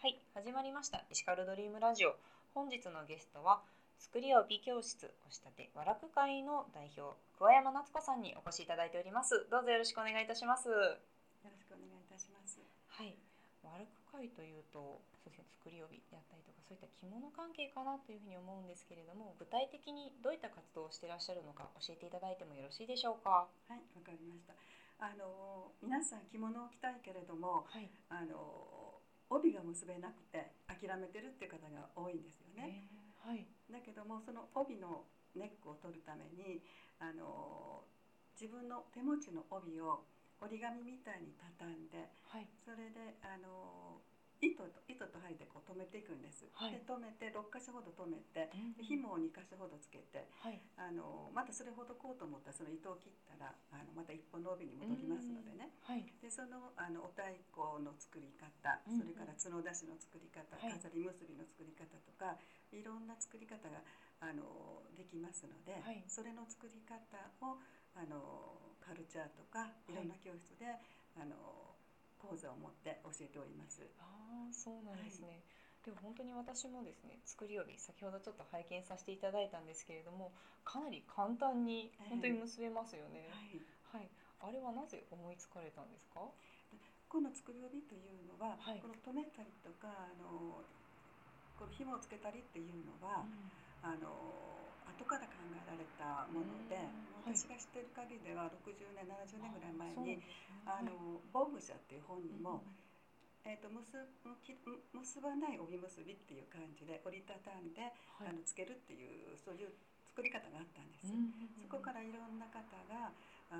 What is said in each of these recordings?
はい、始まりました。エシカルドリームラジオ。本日のゲストは、作り屋美教室を仕立て、和楽会の代表、桑山夏子さんにお越しいただいております。どうぞよろしくお願いいたします。はよろしくお願いいたします。い、和楽会というと、そうですね、作り帯であったりとか、そういった着物関係かなというふうに思うんですけれども、具体的にどういった活動をしていらっしゃるのか教えていただいてもよろしいでしょうか。はい、わかりました。あの皆さん着物を着たいけれども、はい。あの帯が結べなくて諦めてるって方が多いんですよね、ね。はい。だけどもその帯のネックを取るために、あの自分の手持ちの帯を折り紙みたいに畳んで、はい。それであの糸と糸と針でこう留めていくんです。はいで留めて六箇所ほど留めて、うん紐を二箇所ほどつけて。はい。あのまたそれほどこうと思ったらその糸を切ったらあのまた一本の帯に戻りますのでね、はい。でそのあのお太鼓の作り方、うんうんそれから角出しの作り方、はい飾り結びの作り方とかいろんな作り方があのできますので、はいそれの作り方をあのカルチャーとかいろんな教室で、あの講座を持って教えております。ああ、そうなんですね。でも本当に私もですね、作り帯、先ほどちょっと拝見させていただいたんですけれども、かなり簡単にええ本当に結べますよね。はいはい。あれはなぜ思いつかれたんですか？この作り帯というのは、はいこの留めたりとかあのこの紐をつけたりっていうのは、あの後から考えられたもので、うん私が知ってる限りでは60年70年ぐらいそうなん前にですね「あのボブ社」っていう本にも、はいえー、と結ぶき結ばない帯結びっていう感じで折りたたんで、うんはいあのつけるっていうそういう作り方があったんです。うんうんうんそこからいろんな方があ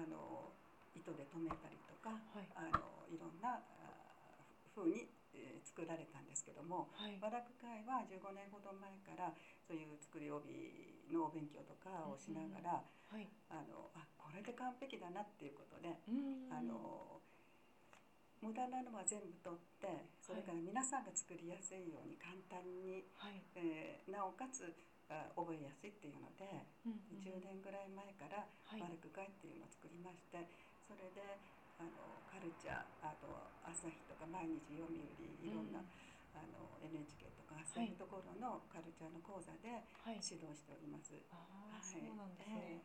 の糸で留めたりとかはいあのいろんなあふ風に、えー作られたんですけども、はい和楽会は15年ほど前からそういう作り帯のお勉強とかをしなはがら、い。あのあこれで完璧だなっていうことで、うんあの無駄なのは全部取ってそれから皆さんが作りやすいように簡単に、はい。えーなおかつあ覚えやすいっていうのでうんうん10年ぐらい前からはい和楽会っていうのを作りましてそれであのカルチャーあと朝日とか毎日読売いろんなうんあの NHK とかそういうところのカルチャーの講座ではい。指導しております。ああ、はいそうなんですえね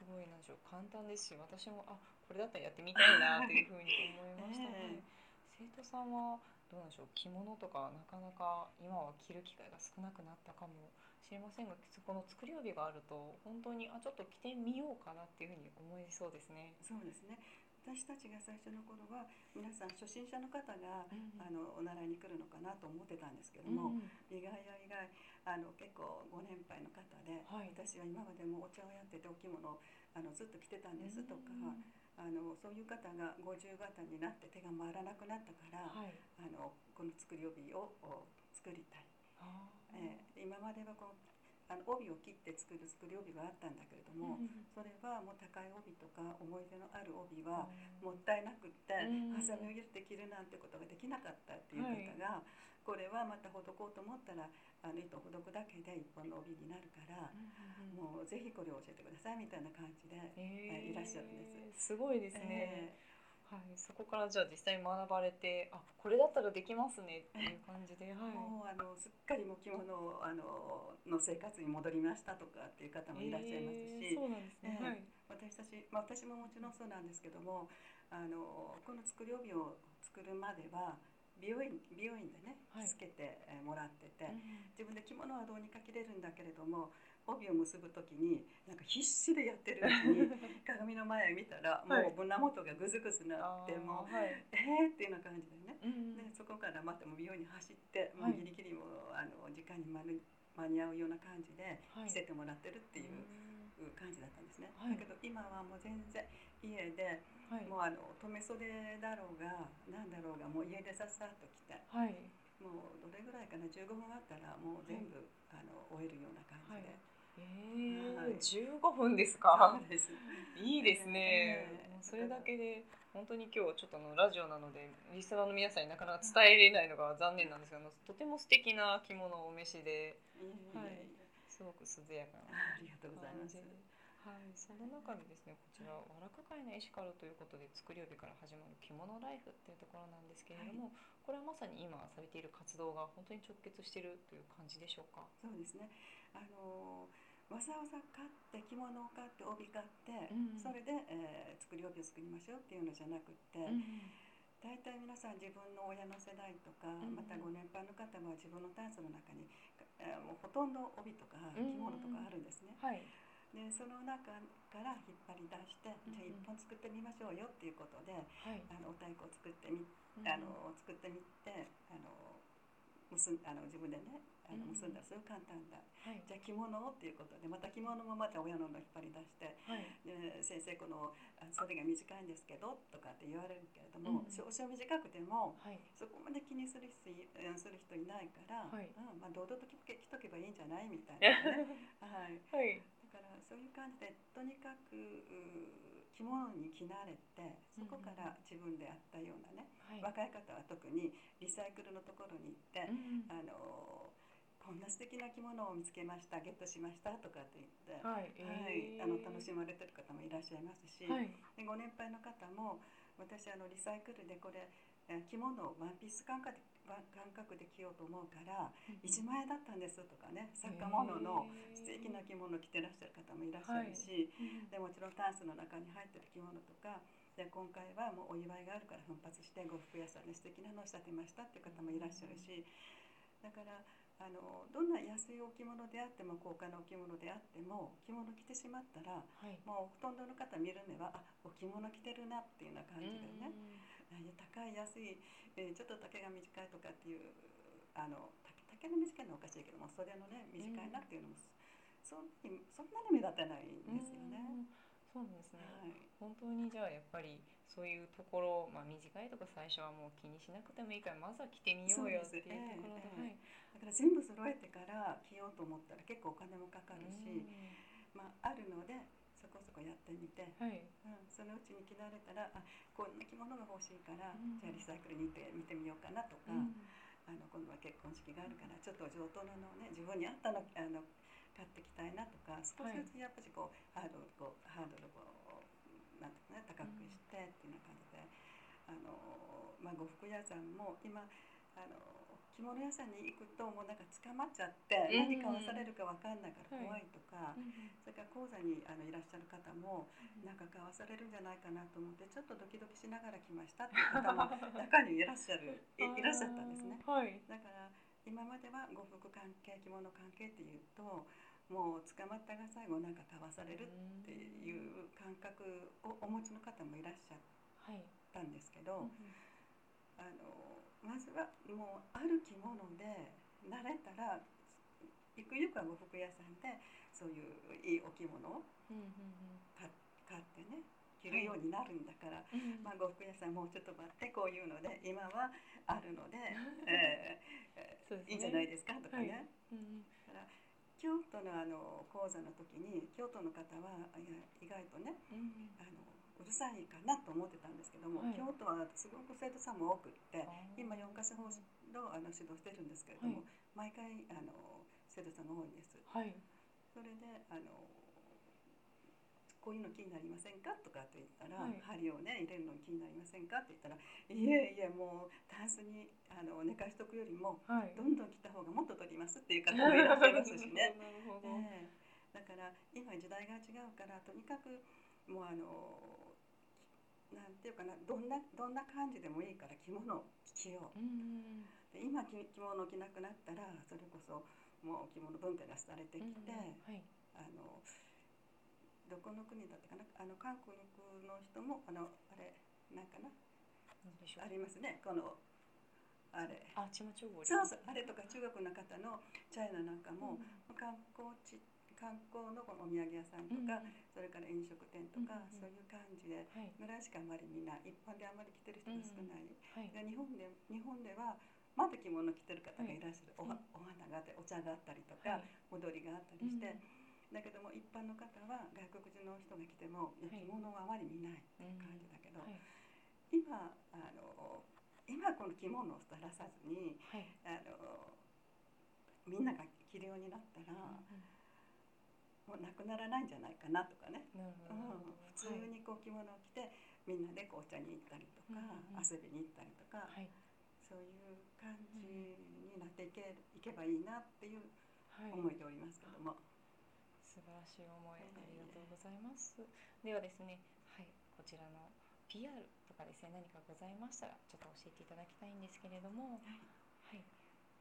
すごいなんでしょう簡単ですし私もあこれだったらやってみたいなというふうに思いましたね、 ええ生徒さんはどうなんでしょう着物とかなかなか今は着る機会が少なくなったかもしれませんがそこの作り帯があると本当にあちょっと着てみようかなっていうふうに思えそうですね。そうですね。私たちが最初の頃は皆さん初心者の方があののお習いに来るのかなと思ってたんですけどうも、ん意外や意外あの結構ご年配の方で、はい私は今までもお茶をやっててお着物をあのずっと着てたんですとか、うんあのそういう方が50方になって手が回らなくなったから、はい。あのこの作り帯をお作りたい。あーえー今まではこうあの帯を切って作る作り帯はあったんだけれども、うんうんそれはもう高い帯とか思い出のある帯うんはもったいなくって、うんハサミを切って着るなんてことができなかったっていう方が、これはまたほどこうと思ったらあの糸をほどくだけで一本の帯になるからう、んうんうんもうぜひこれを教えてくださいみたいな感じで、ええ。いらっしゃるんですすごいですね。えはい、そこからじゃあ実際に学ばれてあこれだったらできますねっていう感じで、 はい、ーもうあのすっかりもう着物をあのの生活に戻りましたとかっていう方もいらっしゃいますし。えーそうなんですね、ええはい私たち、まあ、私ももちろんそうなんですけどもあのこの作り帯を作るまでは美容院美容院でねはいつけてえーもらってて、うん自分で着物はどうにか着れるんだけれども帯を結ぶ時になんか必死でやってるうちに 鏡の前見たらはいもう胸元がグズグズなあって、ーもうはいえーっていうような感じでね、うんうんでそこからまたもう美容院に走って、もはういギリギリもうあの時間に間に間に合うような感じではい着せてもらってるっていう。うん感じだったんですね、はいだけど今はもう全然家で、はいもうあの留め袖だろうが何だろうがもう家でさっさっと着てはいもうどれぐらいかな15分あったらもう全部、あの終えるような感じで、えーはい15分ですかそうですいいですね、ええもうそれだけで本当に今日ちょっとあのラジオなのでリスナーの皆さんになかなか伝えれないのが残念なんですがあのとても素敵な着物をお召しでいえいえはいいえすごく涼やかなありがとうございます感じはい、その中でですね、こちら、和楽会のエシカルということで、作り帯から始まる着物ライフっていうところなんですけれども、これはまさに今されている活動が本当に直結しているという感じでしょうか。そうですねあのーわざわざ買って着物を買って帯買って、うんそれで、えー作り帯を作りましょうっていうのじゃなくって、大体皆さん自分の親の世代とか、んうんまたご年配の方は自分のタンスの中に、えーもうほとんど帯とかう着んうん物とかあるんですね、はい。でその中から引っ張り出して、んうんじゃあ1本作ってみましょうよっていうことではい。あのお太鼓を作ってみあの作ってみてあの結んあの自分でねあうんの結んだらすごい簡単だ、はい。じゃあ着物をっていうことでまた着物もまた親のの引っ張り出してはい。で先生このあ袖が短いんですけどとかって言われるけれども、うん少々短くてもはい。そこまで気にする人いうんする人いないから、はいうんまあ、堂々と着け着とけばいいんじゃないみたいな、ねはい、 はい。だからそういう感じでとにかくうー着物に着慣れてそこから自分でやったようなね、はい。若い方は特にリサイクルのところに行って、うんあのーこんな素敵な着物を見つけましたゲットしましたとかって言って、ははい。いえーあの楽しまれてる方もいらっしゃいますし、はい。でご年配の方も私あのリサイクルでこれえー着物をワンピース感覚でわ感覚で着ようと思うから1万円だったんですとかね作家物のへー素敵な着物着てらっしゃる方もいらっしゃるし、うんでもちろんタンスの中に入ってる着物とかで今回はもうお祝いがあるから奮発して呉服屋さんで素敵なのを仕立てましたっていう方もいらっしゃるしだからあのどんな安いお着物であっても高価なお着物であっても着物着てしまったらはい。もうほとんどの方見る目はあお着物着てるなっていうような感じでうね、んあいや高い安い、えーちょっと丈が短いとかっていうあのた丈の短いのはおかしいけども袖のね短いなっていうのも、そんなにそんなに目立たないんですよね。うんそうなんですね。はい本当にじゃあやっぱりそういうところ、まあ、短いとか最初はもう気にしなくてもいいからまずは着てみようよっていうところでそうだから全部揃えてから着ようと思ったら結構お金もかかるし、まあ、あるのでそこそこやってみて、はい、はい、うん、そのうちに着られたらあこんな着物が欲しいから、うんじゃあリサイクルに行って見てみようかなとか、うんあの今度は結婚式があるからちょっと上等なのをね自分に合ったのあの買ってきたいなとか少しずつやっぱりこう、ハードルこうハードルをなんていうかね高くしてっていうような感じで、あのまあ呉服屋さんも今あの着物屋さんに行くともうなんか捕まっちゃってうん何買わされるかわかんないから怖いとか。うんそれから講座にあのいらっしゃる方もなんか買わされるんじゃないかなと思ってちょっとドキドキしながら来ましたっていう方も中にいらっしゃるい いらっしゃったんですね。あー はい、だから今までは呉服関係着物関係っていうともう捕まったが最後なんか買わされるっていうん、う感覚をお持ちの方もいらっしゃっはい、たんですけうど、んあのまずはもうある着物で慣れたらゆくゆくは呉服屋さんでそういういいお着物をうん買ってね着るようになるんだから、うんうん、まあ、呉服屋さんもうちょっと待ってこういうので今はあるので、えそうですーねいいんじゃないですかとかね。はいうん京都のあの講座の時に京都の方はあいや意外とねうんあのうるさいかなと思ってたんですけども、はい京都はすごく生徒さんも多くってあー今4か所ほどあの指導してるんですけれども、毎回あの生徒さんが多いんです。はい、それであのこういうの気になりませんかとかって言ったら、はい針をね入れるの気になりませんかって言ったらいえいえもうタンスにあの寝かしとくよりもはいどんどん着た方がもっと取りますっていう方もいらっしゃいますし ね。なるほど、ええだから今時代が違うからとにかくもうあのなんていうかなどんなどんな感じでもいいから着物を着よううんで今着着物を着なくなったらそれこそもう着物文化が廃れてうんきうん、て、はい、あのどこの国だったかなあの韓国の人もあのあれなんかななんでしょうありますねこのあれあ、ちまちょぼりそうそうあれとか中国の方のチャイナなんかも、観光地観光のこのお土産屋さんうとん、か、うんそれから飲食店とか、うんうんうんそういう感じではい、ぐらいしかあまりみんな一般であまり着てる人が少ない、はい、で日本で日本ではまだ着物着てる方がいらっしゃる、はいおはお花があってお茶があったりとか、踊りがあったりして、だけども一般の方は外国人の人が来てもいやはい着物はあまり見ないうん、感じだけど、はい、今あの今この着物をさらさずにはい、あのみんなが着るようになったらうもうなくならないんじゃないかなとかね、んなるうほど、ん、普通にこう着物を着てみんなでこうお茶に行ったりとか、うんうん遊びに行ったりとか、はい、はい、そそういう感じになっていけ,、いけばいいなっていうはい、思いでおりますけども、素晴らしい思いいえいありがえとうございます。ではですね、はい、こちらの PR とかですね、何かございましたらちょっと教えていただきたいんですけれども、はいはい、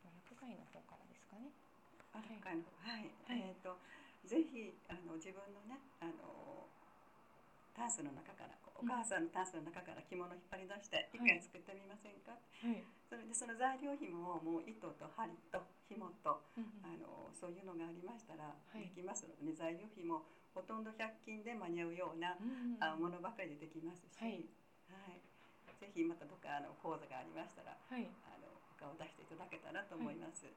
娯楽会の方からですかね。ある会の方はい、はいえっ、とぜひあの自分のねあのタンスの中からこうおうん母さんのタンスの中から着物を引っ張り出して一はい回作ってみませんか、はい、それでその材料費ももう糸と針と紐と、うんあのそういうのがありましたらいできますので、材料費もほとんど100均で間に合うような、うん、あものばかりでできますし、はいはいぜひまたどっかあの講座がありましたらはい、あのお顔を出していただけたらと思います。はい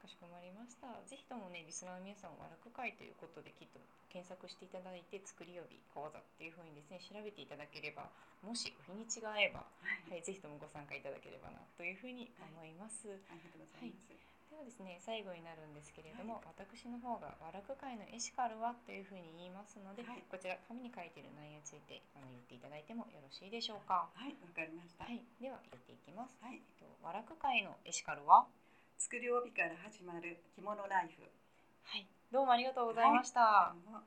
かしこまりました。ぜひともね、リスナーの皆さん、和楽会ということで、きっと検索していただいて、作り曜日講座っていうふうにですね、調べていただければ、もし日にちが合えば、ははいい、ぜひともご参加いただければなというふうに思います。ありがとうございます。ではですね最後になるんですけれども、私の方が「和楽会のエシカルは?」というふうに言いますので、はいこちら紙に書いている内容についてあの言っていただいてもよろしいでしょうか。はい、わかりました。ははい、い、では言っていきます。えっと和楽会のエシカルは作り帯から始まる着物ライフ。はいどうもありがとうございました。あの